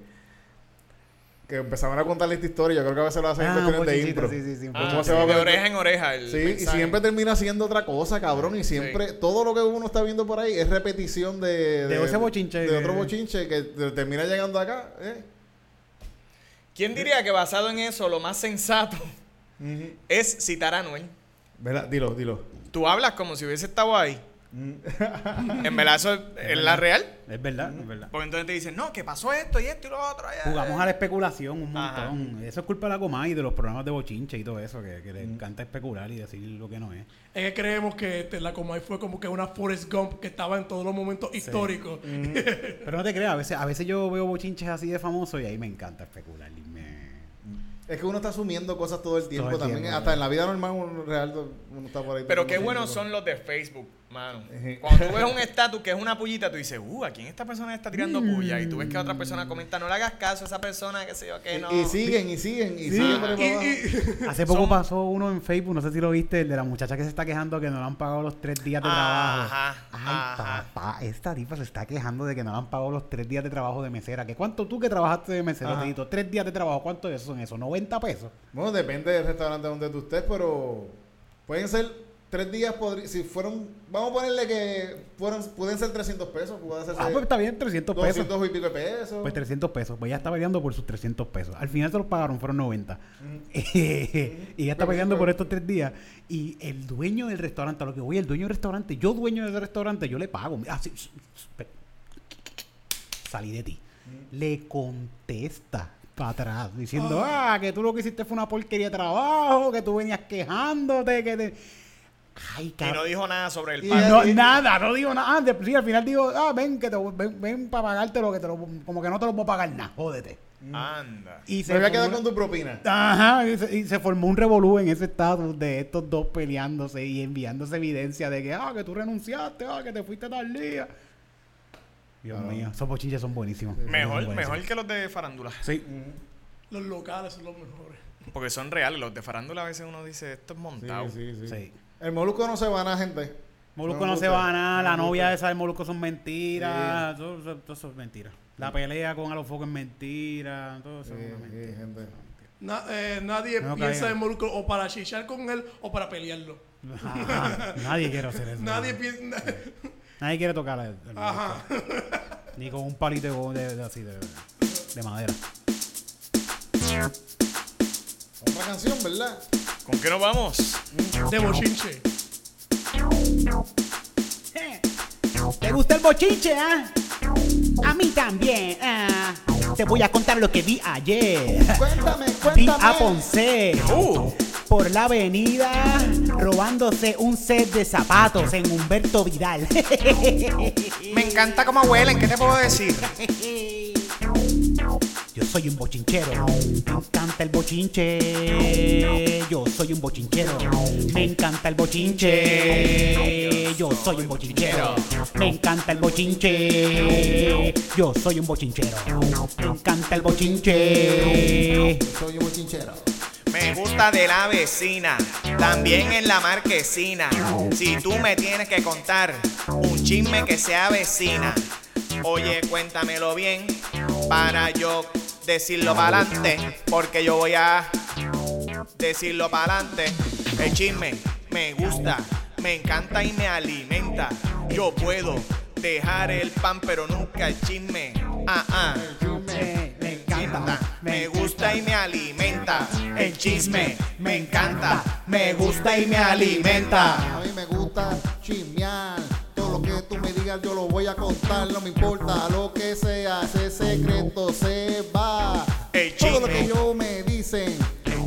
que empezaban a contarle esta historia. Yo creo que a veces lo hacen en
Ah, un
cuestiones de
pochito,
impro.
sí, sí, sí. un
Ah,
¿Cómo
pochito.
se va
de
a ver?
oreja en oreja el
Sí, y
mensaje.
siempre termina siendo otra cosa, cabrón. Y siempre todo lo que uno está viendo por ahí es repetición de.
De ese bochinche
De
que-
otro bochinche que te- termina llegando acá. ¿eh?
¿Quién diría que basado en eso lo más sensato es citar a Anuel?
¿Verdad? Dilo, dilo.
Tú hablas como si hubiese estado ahí. en verdad eso es, es la real.
Es verdad, es verdad.
Porque entonces te dicen, no, que pasó esto y esto y lo otro. eh".
Jugamos a la especulación un
Ajá.
montón. Eso es culpa de la Comay y de los programas de bochinche y todo eso, que, que le
Mm.
encanta especular y decir lo que no es.
Es que creemos que este, la Comay fue como que una Forrest Gump que estaba en todos los momentos históricos.
Pero no te creas, a veces, a veces yo veo bochinches así de famosos y ahí me encanta especular. Y me...
Es que uno está asumiendo cosas todo el tiempo
Todo el
también.
tiempo, eh.
hasta
¿no?
en la vida normal uno, real, uno está por ahí.
Pero qué buenos son los de Facebook, mano. Cuando tú ves un estatus que es una pullita, tú dices, uh, ¿a quién esta persona está tirando
Mm.
puya? Y tú ves que otra persona comenta, no le hagas caso a esa persona, que sé yo, que no.
Y, y siguen, y siguen, y siguen. por ahí para abajo.
Hace poco pasó uno en Facebook, no sé si lo viste, el de la muchacha que se está quejando que no le han pagado los tres días de trabajo.
Ajá,
Ay,
ajá.
papá, esta tipa se está quejando de que no le han pagado los tres días de trabajo de mesera. ¿Que ¿Cuánto tú que trabajaste de mesera,
Ajá.
Tito? Tres días de trabajo, ¿cuánto de eso son eso? ¿90 pesos?
Bueno, depende del restaurante donde tú estés, pero pueden ser tres días, podri- si fueron, vamos a ponerle que fueron, pueden ser 300 pesos, pueden ser
Ah, pues está bien, 300 pesos.
200 y pico de pesos.
Pues 300 pesos. Pues ella está peleando por sus 300 pesos. Al final se los pagaron, fueron 90. y ella está
Mm. Pero
peleando
eso-
por estos tres días. Y el dueño del restaurante, a lo que voy, el dueño del restaurante, yo dueño del restaurante, yo le pago. Ah, sí, sí, sí, pe- Salí de ti.
Mm.
Le contesta para atrás diciendo, ah, que tú lo que hiciste fue una porquería de trabajo, que tú venías quejándote, que te... Ay,
Y no
cabrón.
dijo nada sobre el
Y-
pago.
Ah, No, nada, no digo nada. Ah, de- sí, al final digo, ah, ven, que te, ven, para pagarte lo que te lo, como que no te lo puedo pagar nada, jódete.
Anda.
Y
Me voy a quedar
formó-
con tu propina.
Ajá, y se, y se formó un revolú en ese estatus de estos dos peleándose y enviándose evidencia de que, ah, que tú renunciaste, ah, que te fuiste tal día. Dios mío, esos bochinches son buenísimos.
Mejor,
Son
mejor
buenísimos.
que los de farándula.
Sí.
Los locales son los mejores.
Porque son reales. Los de farándula a veces uno dice, esto es montado.
Sí.
El molusco no se van a gente.
Molusco
No me
no se
gusta.
va a nada,
No me
la novia
gusta.
esa del Molusco son mentiras, todo, eso- todo eso es mentira. La pelea con Alofoco es mentira, todo eso
Sí,
es una
sí,
mentira.
gente.
Na- eh, nadie
No
piensa
caigan.
en Molusco o para chichar con él o para pelearlo.
Ajá, nadie quiere hacer eso.
Nadie
Nadie,
piensa. Ah,
quiere tocar al- al
Ajá.
Ni con un palito de go- de, de así de, de madera.
Otra canción, ¿verdad?
¿Con qué nos vamos?
De bochinche.
¿Te gusta el bochinche, ah? A mí también, ah. Te voy a contar lo que vi ayer.
Cuéntame,
Vi
cuéntame.
a Ponce uh,
Uh,
por la avenida robándose un set de zapatos en Humberto Vidal.
Me encanta cómo huelen, ¿qué te puedo decir?
Yo soy un bochinchero, me encanta el bochinche. Yo soy un bochinchero, me encanta el bochinche. Yo soy un bochinchero, me encanta el bochinche. Yo soy un bochinchero, me encanta el bochinche.
Soy un chinchero.
Me gusta de la vecina, también en la marquesina. Si tú me tienes que contar un chisme que sea vecina, oye, cuéntamelo bien para yo decirlo para adelante, porque yo voy a decirlo para adelante. El chisme me gusta, me encanta y me alimenta. Yo puedo dejar el pan, pero nunca el chisme. Ah, ah.
Me
Me gusta y me alimenta. El chisme me encanta. Me gusta y me alimenta.
A mí me gusta chismear. Todo lo que tú me digas yo lo voy a contar. No me importa lo que sea, ese secreto se va.
El
Todo lo
chisme.
que yo me dicen,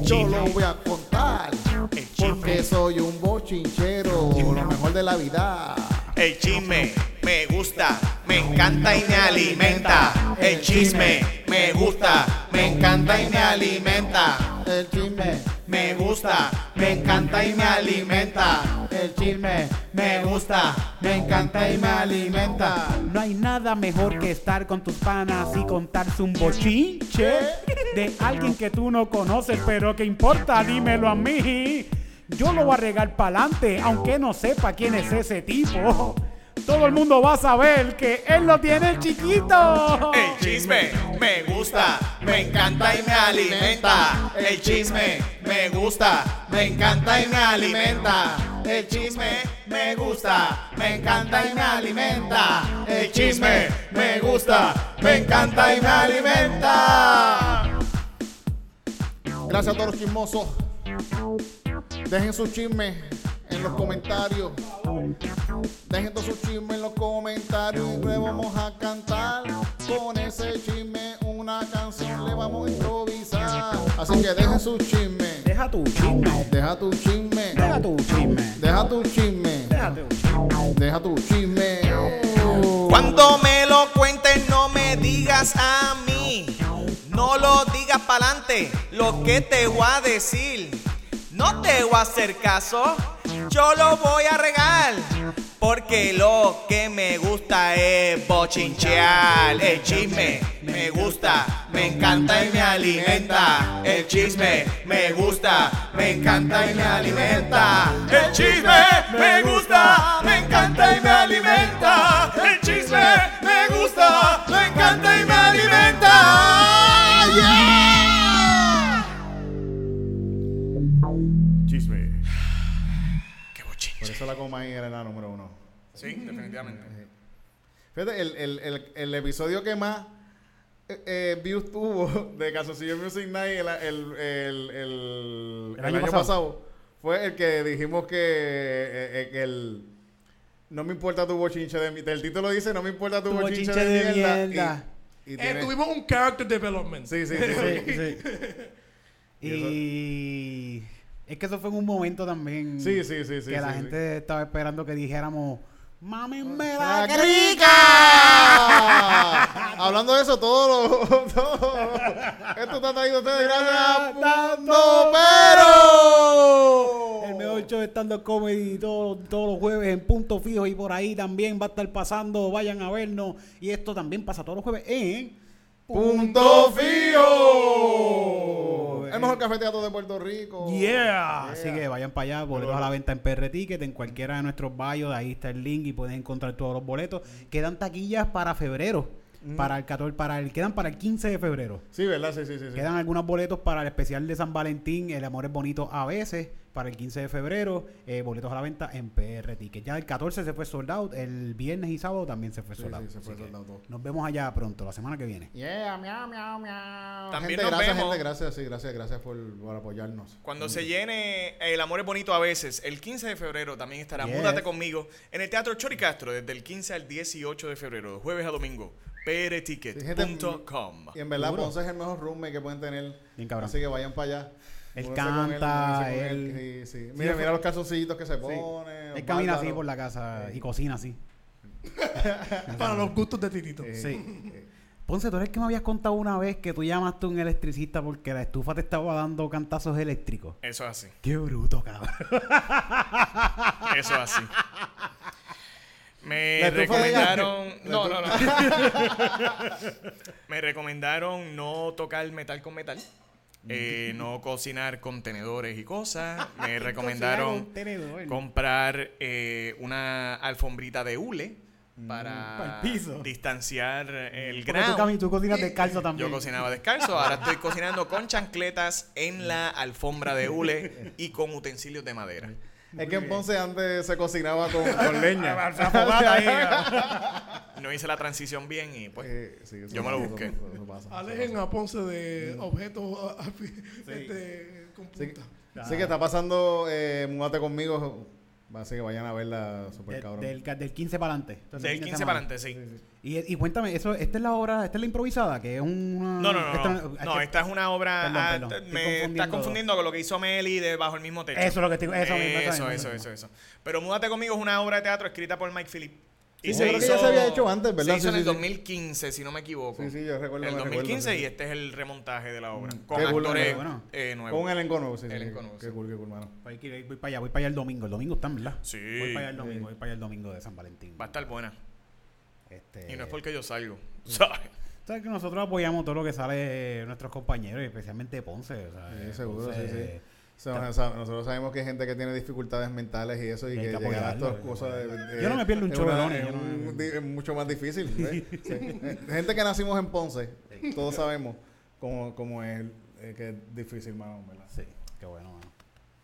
yo lo voy a contar.
El chisme.
Porque soy un bochinchero, lo mejor de la vida.
El chisme me gusta, me encanta y me alimenta. El chisme me gusta, me encanta y me alimenta.
El chisme,
Me gusta, me encanta y me alimenta.
el chisme,
Me gusta, me encanta y me alimenta.
No hay nada mejor que estar con tus panas y contarse un bochinche de alguien que tú no conoces, pero que importa, dímelo a mí. Yo lo voy a regar pa'lante, aunque no sepa quién es ese tipo. Todo el mundo va a saber que él lo tiene chiquito.
El chisme me gusta, me encanta y me alimenta. El chisme me gusta, me encanta y me alimenta. El chisme me gusta, me encanta y me alimenta. El chisme me gusta, me encanta y me alimenta.
Gracias a todos los chismosos. Dejen sus chismes en los comentarios. Dejen todos sus chismes en los comentarios y le vamos a cantar. Con ese chisme una canción le vamos a improvisar. Así que dejen sus chismes.
Deja tu chisme.
Deja tu chisme.
Deja tu chisme.
Deja tu chisme.
Deja tu chisme.
Deja tu chisme.
Cuando me lo cuentes, no me digas a mí. No lo digas pa'lante, lo que te voy a decir. No te voy a hacer caso, yo lo voy a regar. Porque lo que me gusta es Ah, eh, bochinchear. El chisme me gusta, me encanta y me alimenta. El chisme me gusta, me encanta y me alimenta. El chisme me gusta, me encanta y me alimenta. El chisme me gusta, me encanta y me alimenta.
Chisme.
¡Qué bochinche!
Por eso la coma ahí era la número uno.
Sí, definitivamente.
Fíjate, el, el, el, el episodio que más eh, eh, views tuvo de Casoncillo Music Night el, el, el, el- el año, pasado. fue el que dijimos que eh, eh, que el no me importa tu bochinche de mierda. El título dice no me importa tu,
Tu
bochinche,
bochinche
de,
de
mierda.
mierda.
Y, y
Eh,
tiene-
tuvimos un character development.
sí, sí, sí, sí.
Y es que eso fue en un momento también.
Sí, sí, sí, sí,
Que la
sí,
gente estaba esperando que dijéramos, mami, me
¡Ah,
la
qué
cri-".
rica! Hablando de eso, todo lo. todo- esto está traído a ustedes gracias a Punto Pero.
El mejor show de stand-up comedy todos, todos los jueves en punto fijo y por ahí también va a estar pasando. Vayan a vernos. Y esto también pasa todos los jueves en.
Punto Fío. El mejor café teatro de Puerto Rico.
Yeah. Así que vayan para allá, boletos a la venta en PR Ticket, en cualquiera de nuestros bios, ahí está el link y pueden encontrar todos los boletos. Quedan taquillas para febrero, para el 14, para el, quedan para el 15 de febrero.
Sí, ¿verdad? Sí, sí, sí. sí.
Quedan algunos boletos para el especial de San Valentín, El Amor es Bonito a veces, para el 15 de febrero, eh, boletos a la venta en PR Ticket. Ya el 14 se fue sold out, el viernes y sábado también se fue
Sí,
sold
sí,
out.
se fue
Así que
sold out todo.
Nos vemos allá pronto, la semana que viene.
Yeah, miau, miau, miau.
También
gente,
nos
gracias,
vemos.
gente, gracias, sí, gracias, gracias por, por apoyarnos.
Cuando se llene El amor es bonito a veces, el 15 de febrero también estará
Yes.
Múdate conmigo en el Teatro Chori Castro desde el 15 al 18 de febrero, de jueves a domingo.
Sí, gente,
preticket.com.
Y en verdad,
Seguro.
Ponce es el mejor roommate que pueden tener.
Bien cabrón.
Así que vayan para allá.
Él
Únanse con
canta,
únanse con
él-
sí, sí. Mira, mira los calzoncillitos que se pone. los
Él camina así
bárbaros.
por la casa y cocina así.
Para los gustos de Titito.
Sí. Ponce, tú eres el que me habías contado una vez que tú llamaste a un electricista porque la estufa te estaba dando cantazos eléctricos.
Eso es así.
Qué bruto, cabrón.
Eso es así.
La
Me
estufa de gas.
recomendaron.
La
No, no, no. Me recomendaron no tocar metal con metal. eh,
Mm.
no cocinar con tenedores y cosas. Me recomendaron
con tenedor.
comprar eh, una alfombrita de hule para
Mm, pa'l piso.
distanciar el
Porque tú,
grano.
cami- tú cocinas descalzo también.
Yo cocinaba descalzo, ahora estoy cocinando con chancletas en la alfombra de hule y con utensilios de madera.
Es que en Ponce antes se cocinaba con, Ah, con leña.
No hice la transición bien y pues
Eh, sí, eso
Yo me lo
pasa,
busqué.
eso- eso pasa, eso
Alejen
pasa.
a Ponce de objetos ah, ah, este, con
Así que-
punta.
así que está pasando, eh, múdate conmigo Así que vayan a verla super
De-
pues, cabrón.
del, ca- del 15 para adelante. Entonces,
Del
el
15 para adelante, sí.
Y, y cuéntame, eso, esta es la obra, esta es la improvisada, que es una...
No, no, no.
esta-
No,
hay
No,
que-
esta es una obra.
Perdón,
ah,
perdón,
te-
estoy
me estás
confundiendo.
confundiendo con lo que hizo Meli de Bajo el mismo techo.
Eso es lo que estoy- eso mismo, eso
Eso,
mismo,
eso,
eso
eso, eso. Pero Múdate conmigo es una obra de teatro escrita por Mike Philip.
Sí, yo creo que ya se había hecho antes, ¿verdad?
Se hizo
Sí,
en
sí,
el
sí.
2015, si no me equivoco.
Sí, sí, yo recuerdo,
En el
me recuerdo,
2015
sí, sí.
y este es el remontaje de la obra. Con
Qué cool,
actores
bueno.
eh, nuevos.
Con un elenco nuevo, sí, sí.
Elenco
sí.
nuevo,
Qué
sí.
cool, qué cool, mano.
Voy, que ir- voy para allá, voy para allá el domingo. El domingo están, ¿verdad?
Sí.
Voy para allá el domingo, voy para allá el domingo de San Valentín.
Va a estar buena.
Este,
Y no es porque yo salgo. ¿Sabes?
sabes que nosotros apoyamos todo lo que sale de nuestros compañeros, y especialmente de Ponce. o sea,
Sí,
eh,
seguro, sí,
Ponce,
sí. O sea, o sea, nosotros sabemos que hay gente que tiene dificultades mentales y eso y
Hay
que
que
llegar a
apoyarlo,
estas
hay que
cosas de- de-
Yo no me pierdo un
es
show de
una-
Loni,
es
yo no me-
un di- es mucho más difícil ¿ves? Sí. Eh, gente que nacimos en Ponce todos sabemos cómo, cómo es eh, que es difícil mano ¿verdad?
Sí, qué bueno, mano.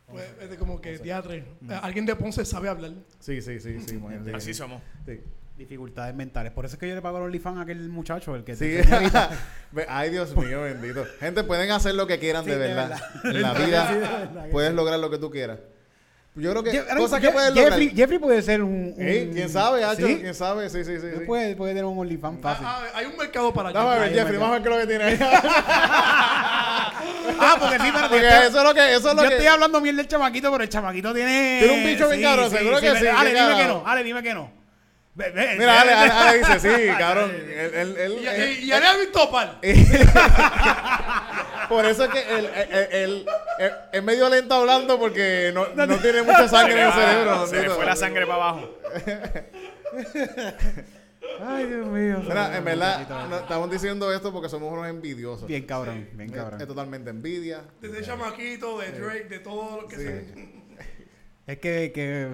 Pues, es de como que diatre. Alguien de Ponce sabe hablar.
sí sí sí sí imagínate.
Así somos.
sí,
Dificultades mentales. Por eso es que yo le pago a OnlyFans a aquel muchacho, el que
Sí.
te enseña-
Ve, ay Dios mío bendito gente pueden hacer lo que quieran
Sí,
de
de
verdad,
verdad.
en la
Sí,
vida
de verdad que
puedes lograr lo que tú quieras yo creo que
Je- ahora
cosas
mismo,
que puedes
Je-
lograr
Jeffrey, Jeffrey puede ser un... un-
Ey, quién sabe Hacho?
¿Sí?
quién sabe sí sí sí, sí.
Puede, puede tener un OnlyFans fácil.
Ah, ah, hay un mercado para
Vamos a
allá.
ver, Jeffrey, vamos a ver qué es lo que tiene ahí.
Ah, porque sí, pero
Porque
yo,
eso es lo que. Eso es lo
yo
que
estoy hablando bien del chamaquito, pero el chamaquito tiene.
Tiene un bicho bien cabrón, seguro que sí,
pero- Ale,
bien
dime que
cabrón.
no, Ale, dime que no. Ve- ve-
Mira, Ale,
ve-
Ale, Ale dice, sí, cabrón. Él, él, él-
Y,
él-
y, y haré a mi topal.
por eso es que él, él, él- él- él- es medio lento hablando porque no, no tiene mucha
Ah,
sangre en el cerebro.
Se le
¿no?
fue la sangre para abajo.
Ay, Dios mío.
Mira, en verdad, no- estamos diciendo esto porque somos unos envidiosos.
Bien cabrón, bien
Es-
cabrón.
Es totalmente envidia.
Desde Chamaquito, de Drake, de todo lo que sea.
Es que, que-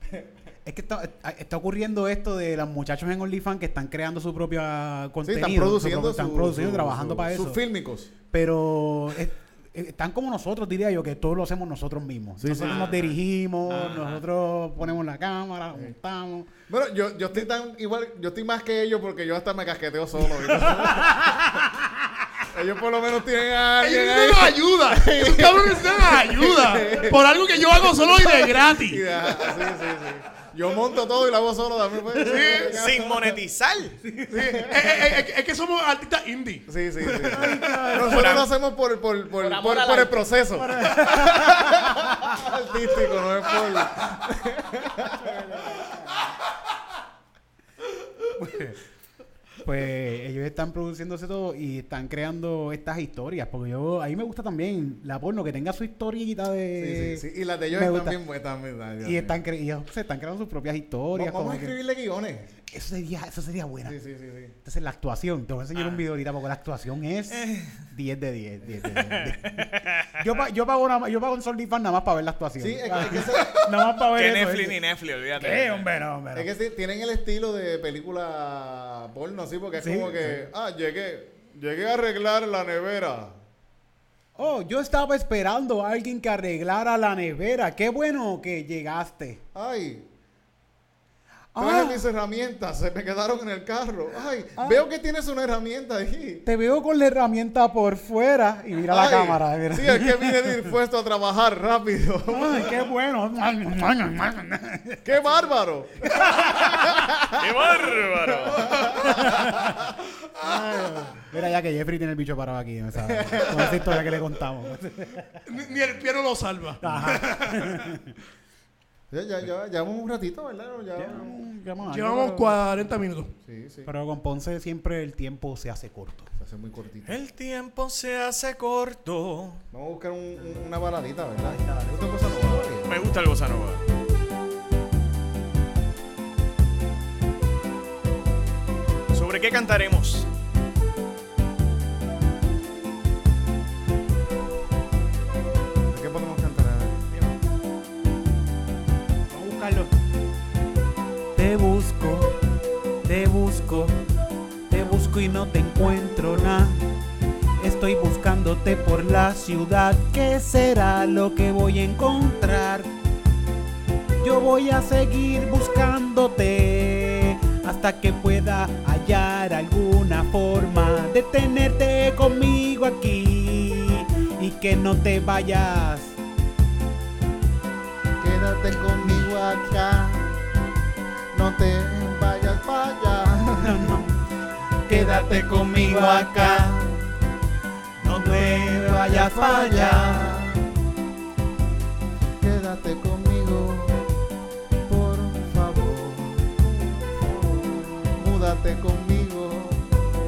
es que está, está ocurriendo esto de los muchachos en OnlyFans que están creando su propia
Sí,
contenido.
están
su
produciendo.
propio- están
su-
produciendo,
su-
trabajando
su-
para eso.
Sus fílmicos.
pero es- eh, están como nosotros, diría yo, que todos lo hacemos nosotros mismos. nosotros nos dirigimos, nosotros ponemos la cámara, montamos.
Bueno, yo, yo estoy tan igual, yo estoy más que ellos porque yo hasta me casqueteo solo. ellos por lo menos tienen a
Ellos
alguien ahí.
necesitan ayuda. Esos cabrones necesitan ayuda. Por algo que yo hago solo y de
Y
gratis.
deja- sí, sí, sí. Yo monto todo y lo hago solo también. pues.
Sin monetizar.
Sí, eh, eh, eh, es que somos artistas indie.
Sí, sí, sí. Nosotros lo hacemos por, por, por, por, por el proceso. Artístico, no es por.
Pues ellos están produciéndose todo y están creando estas historias. Porque yo, a mí me gusta también la porno, que tenga su historieta de.
Sí, sí, sí. Y las de ellos
Eh, Me
están
gusta.
bien buenas. bien buenas, Dios
Y
mío.
están cre- y ellos se están creando sus propias
Va-
historias.
Vamos
como
a
que-
escribirle guiones.
eso sería, eso sería buena.
Sí, sí, sí. sí.
Entonces la actuación, te voy a enseñar un video ahorita porque la actuación es 10 de 10. 10 de 10, 10. yo, pa- yo pago una, yo pago un OnlyFans nada más para ver la actuación.
Sí, es que- es que eso-
nada más para ver
Que
eso,
Netflix
eso.
ni Netflix, olvídate.
Eh, hombre, no, hombre, no.
Es que sí, tienen el estilo de película porno, así, porque es
Sí,
como que, ah, llegué, llegué a arreglar la nevera.
Oh, yo estaba esperando a alguien que arreglara la nevera. Qué bueno que llegaste.
Ay, traje
Ah,
mis herramientas, se me quedaron en el carro. Ay, veo que tienes una herramienta ahí.
te veo con la herramienta por fuera y mira la
Ay,
cámara. mira.
Sí, es que vine dispuesto a trabajar rápido.
Ay, qué bueno.
¡Qué bárbaro!
¡Qué bárbaro!
Mira ya que Jeffrey tiene el bicho parado aquí, o sea, con esa historia que le contamos.
Ni, ni el Piero lo salva.
Ya, ya, ya, llevamos un ratito, ¿verdad? Ya-
Llevamos 40 minutos.
Sí, sí.
Pero con Ponce siempre el tiempo se hace corto.
Se hace muy cortito.
El tiempo se hace corto.
Vamos a buscar un- un- una baladita, ¿verdad? Otra cosa no va a valer.
Me gusta el bossa nova. ¿Sobre qué cantaremos?
¿De qué podemos cantar?
Vamos a buscarlo. Te busco, te busco, te busco y no te encuentro nada. Estoy buscándote por la ciudad, ¿qué será lo que voy a encontrar? Yo voy a seguir buscándote hasta que pueda hallar alguna forma de tenerte conmigo aquí y que no te vayas.
Quédate conmigo
para acá. No te vayas para allá. Quédate conmigo acá. No te vayas para allá. Quédate conmigo, por favor. Múdate conmigo,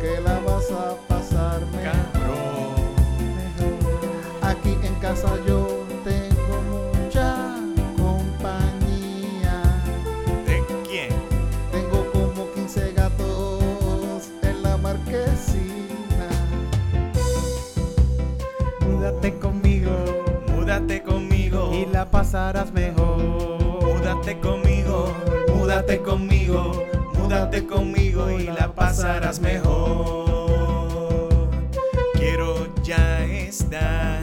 que la vas a pasar mejor. Aquí en casa yo tengo mucha compañía.
¿De quién?
Tengo como 15 gatos en la marquesina. Múdate conmigo
Múdate conmigo.
y la pasarás mejor.
Múdate conmigo. Múdate conmigo. Múdate conmigo y la pasarás mejor. Quiero ya estar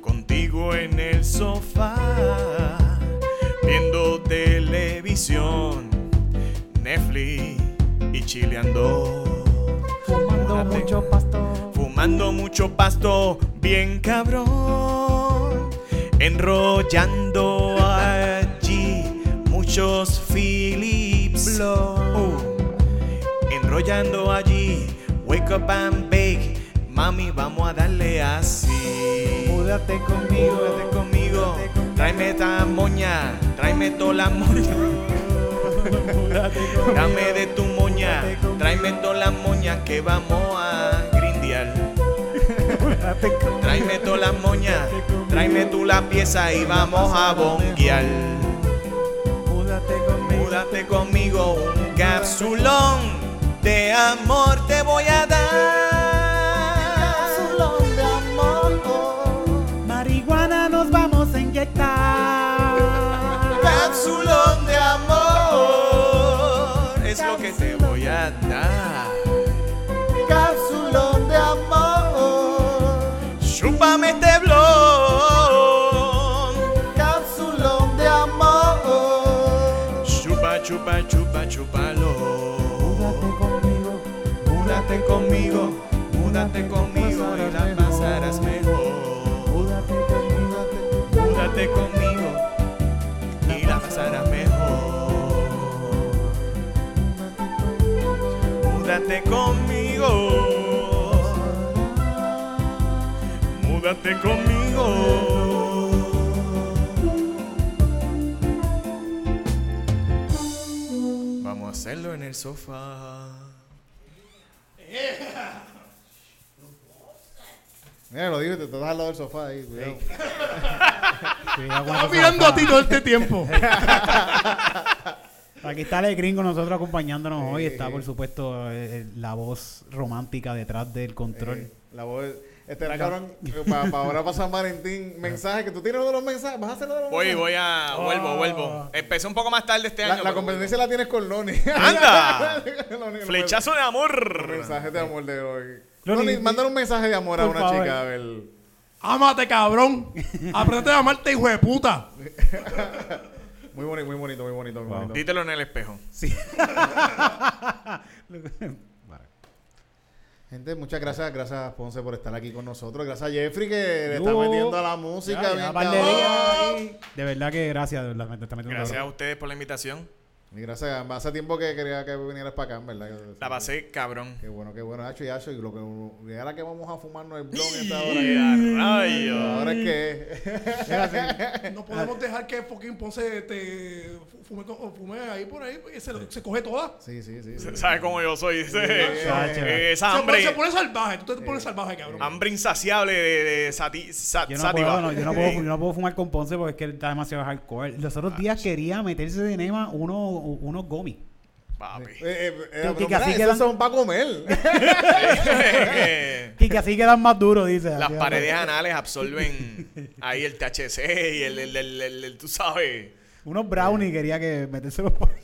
contigo en el sofá. Viendo televisión, Netflix y chileando.
Fumando
Múdate.
mucho pasto.
Fumando mucho pasto, bien cabrón. Enrollando allí muchos Philips. Uh. Enrollando allí, wake up and bake. Mami, vamos a darle así.
Múdate
Conmigo,
conmigo.
vete conmigo. Tráeme esta moña, tráeme toda la moña. Dame de tu moña, tráeme toda la moña que vamos a grindear. Tráeme toda la moña, tráeme tú la pieza y vamos a bonguear.
Múdate conmigo.
Múdate conmigo, un capsulón de amor te voy a dar.
Capsulón de amor.
Marihuana nos vamos a inyectar.
Capsulón de amor es lo que te voy a dar.
Capsulón de amor.
Chúpame este blon.
Capsulón de amor.
Chupa, chupa, chupa, chúpalo.
Múdate conmigo.
Múdate conmigo, múdate conmigo y la pasarás mejor.
Múdate conmigo.
Múdate conmigo y la pasarás mejor. Múdate conmigo. Múdate conmigo. Vamos a hacerlo en el sofá.
Mira, lo digo, te estás al lado del sofá ahí, cuidado.
Estaba mirando a ti todo este tiempo.
Aquí está el gringo, nosotros acompañándonos hoy. Está, por supuesto, eh, eh, la voz romántica detrás del control.
Eh, la voz. Este era cabrón, para ahora para San Valentín, mensaje, que tú tienes uno de los mensajes, vas a hacerlo de los
Voy,
mensajes.
voy a.
Ah.
Vuelvo, vuelvo. Empecé un poco más tarde este
La,
año.
la
pero-
competencia la tienes con Loni.
¡Anda!
Loni,
Flechazo de
los
amor.
Mensajes de amor de hoy.
Loni,
Loni, mándale un mensaje de amor a
por
una
favor.
chica, a ver.
Ámate, cabrón. Aprende a amarte, hijo de puta.
Muy bonito, muy bonito, muy bonito. muy bonito.
Dítelo en el espejo.
Gente, muchas gracias. Gracias, Ponce, por estar aquí con nosotros. Gracias a Jeffrey, que le está
Yo.
metiendo a la música.
Ya,
bien
ya, par de
cabrón.
días ahí. De verdad que gracias, de verdad. me está metiendo
Gracias a
cabrón.
ustedes por la invitación.
Y gracias. Hace tiempo que quería que vinieras para acá, en verdad.
La pasé cabrón.
Qué bueno, qué bueno, Hacho y Hacho. Y lo que, y ahora que vamos a fumarnos el blog esta hora.
Y a rayos.
Ahora es que.
No podemos dejar que fucking Ponce te fu- fume, co- fume ahí por ahí. pues, Se, lo- se coge toda.
sí, sí, sí. sí.
¿Sabes cómo yo soy? Ese-
Chacho.
eh,
Ah,
esa
Se pone,
hambre,
se pone salvaje. Tú te pones salvaje, cabrón.
hambre insaciable de, de sati- sa-
Yo no,
sativa.
puedo, no, yo, no puedo,
Sí.
yo no puedo fumar con Ponce porque es que él está demasiado hardcore. Los otros días quería meterse de nema uno, unos gomis.
Papi.
Eh, eh, eh,
Tú,
pero
Kika,
mira,
así
esos
quedan-
son para comer.
Que
Y que así quedan más duros, dice.
Las
Así,
paredes anales absorben ahí el THC y el, el, el- el- el- tú sabes.
Unos brownies quería que metérselos por ahí.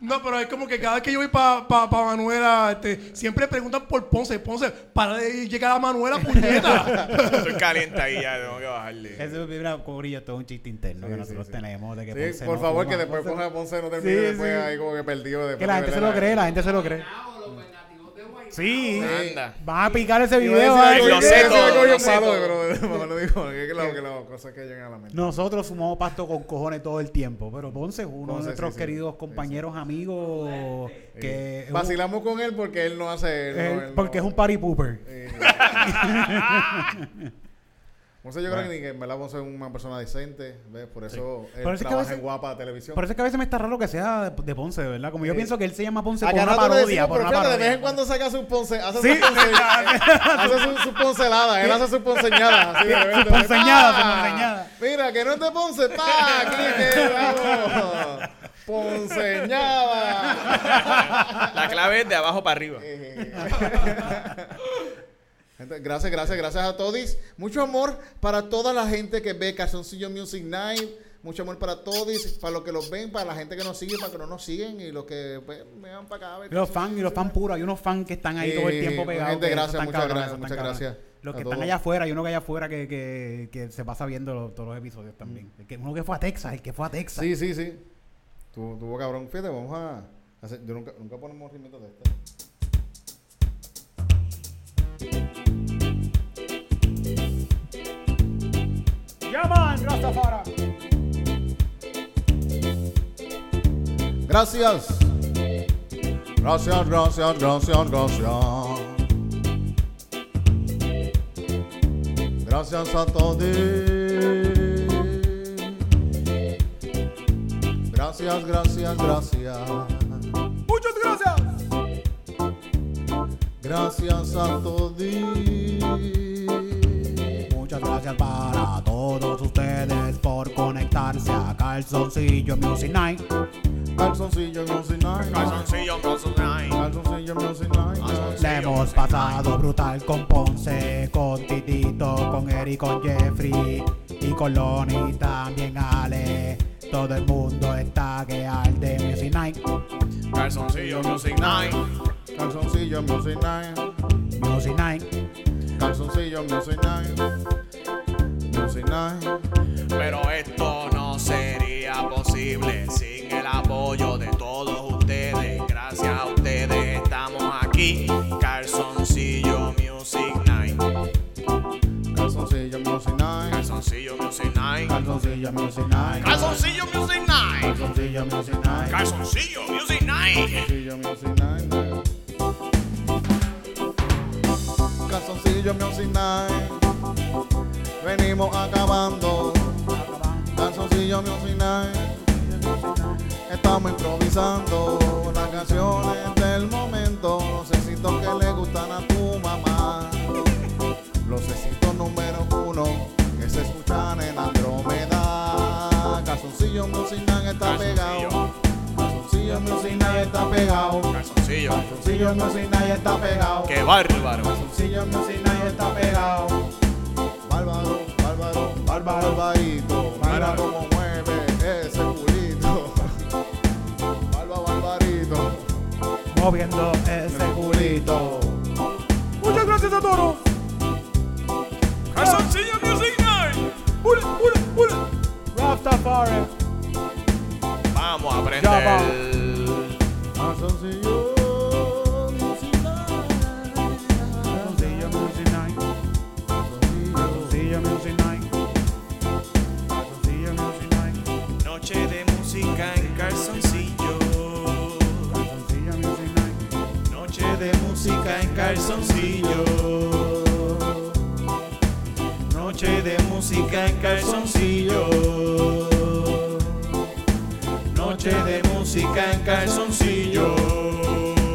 No, pero es como que cada vez que yo voy para pa, pa Manuela, este, siempre preguntan por Ponce. Ponce, para de llegar a Manuela, puñeta.
Estoy caliente ahí, ya tengo que bajarle.
Eso mira, cobrilla, esto es un chiste interno que
Sí,
nosotros
sí, sí.
tenemos. De que
Sí,
Ponce
por
no
favor,
fuma.
que después
Ponce-
ponga Ponce no termine
Sí,
después
sí.
ahí como que perdido.
Que
después
la
de
gente se
verla.
lo cree, la gente se lo cree. Sí.
Anda.
Van a picar ese video.
Iba a
¿eh?
decir algo- iba
Nosotros-
a decir
todo,
algo bien
lo sé
malo,
todo.
pero mejor lo digo, porque es que la- que las cosas que llegan a la mente.
Nosotros fumamos pasto con cojones todo el tiempo. Pero Ponce,
Ponce,
uno de
sí,
nuestros
sí.
queridos compañeros, amigos, que. es un-
Vacilamos con él porque él no hace. él no-
él-
él no-
Eh, porque es un party pooper.
Eh, Ponce, yo creo que ni que en verdad Ponce es una persona decente, ¿ves? Por eso él
Por eso es que a
trabaja
veces-
en guapa televisión.
Por eso es que a veces me está raro que sea de, de Ponce, de verdad. Como yo
Sí.
pienso que él se llama Ponce
Acá
por una
nosotros le
parodia.
decimos,
Por
pero
una
fíjate,
parodia.
de vez en cuando saca sus ponce, hace
Sí.
sus ponce, eh, hace sus su poncelada, él hace sus ponceñadas. así de repente,
Sus ponceñadas,
¡pa!
sus ponceñadas.
Mira, que no es de ponce, pa, clique, bravo. Ponceñada.
La clave es de abajo para arriba.
Gente, gracias, gracias, gracias a todos. Mucho amor para toda la gente que ve Calzoncillo Music Night. Mucho amor para todos, para los que los ven, para la gente que nos sigue, para los que no nos siguen y los que pues, vean para acá. a ver
Y Los fans, y los fans puros, hay unos fans que están ahí todo el
Sí,
tiempo pegados.
gente,
que esos
gracias,
están
muchas
cabrones,
gracias,
esos
muchas
están cabrones.
gracias
Los
a
que están
todos.
allá afuera, hay uno que allá afuera que, que, que se pasa viendo los- todos los episodios también.
Mm.
El que, uno que fue a Texas, el que fue a Texas.
Sí, sí, sí. Tuvo, tuvo cabrón. Fíjate, vamos a hacer. Yo nunca, nunca ponemos rimitos de este.
¡Llaman, Rastafara!
Gracias. Gracias, gracias, gracias, gracias. Gracias a todos. Gracias, gracias, gracias.
¡Muchas gracias!
Gracias a todos.
Muchas gracias para todos ustedes por conectarse a Calzoncillo Music Night.
Calzoncillo, music night.
Calzoncillo, calzoncillo.
Calzoncillo, music night.
Le hemos pasado brutal con Ponce, con Titito, con Eric, con Jeffrey y con Lonnie también Ale. Todo el mundo está que arde Music Night,
Calzoncillo Music Night.
Calzoncillo, music night.
Music Night,
Calzoncillo, music night. Music night.
Pero esto no sería posible sin el apoyo de todos ustedes. Gracias a ustedes estamos aquí. Calzoncillo Music Night.
Calzoncillo Music Night.
Calzoncillo Music Night.
Calzoncillo Music Night.
Calzoncillo Music Night.
Calzoncillo Music Night.
Calzoncillo Music Night.
Calzoncillo Music Night. Calzoncillo Music Night. Venimos acabando. Calzoncillo Music Night. Estamos improvisando las canciones del momento. Los éxitos que le gustan a tu mamá. Los éxitos número uno que se escuchan en Andrómeda. Calzoncillo Music Night está pegado. Calzoncillo Music Night está pegado.
Calzoncillo.
Calzoncillo Music Night está pegado.
Qué bárbaro.
Calzoncillo Music Night está pegado. Bárbaro, bárbaro, bárbaro, barbarito. Mira
Bárbaro.
cómo mueve ese culito. Bárbaro, barbarito.
moviendo ese
Culito.
Muchas gracias a todos.
Calzoncillo Music Night.
Ule, ule, ule.
Rastafari.
Vamos a
Ya va.
aprender.
Calzoncillo Music Night.
Calzoncillo Music Night, Calzoncillo Music Night, Calzoncillo Music Night,
Noche de música en calzoncillo.
Calzoncillo Music Night,
Noche de música en calzoncillo. Noche de música en calzoncillo. Noche de música en calzoncillo.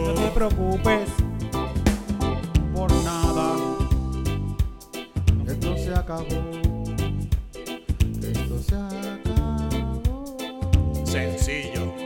No te preocupes por nada.
Esto se acabó. Esto se acabó.
Sencillo.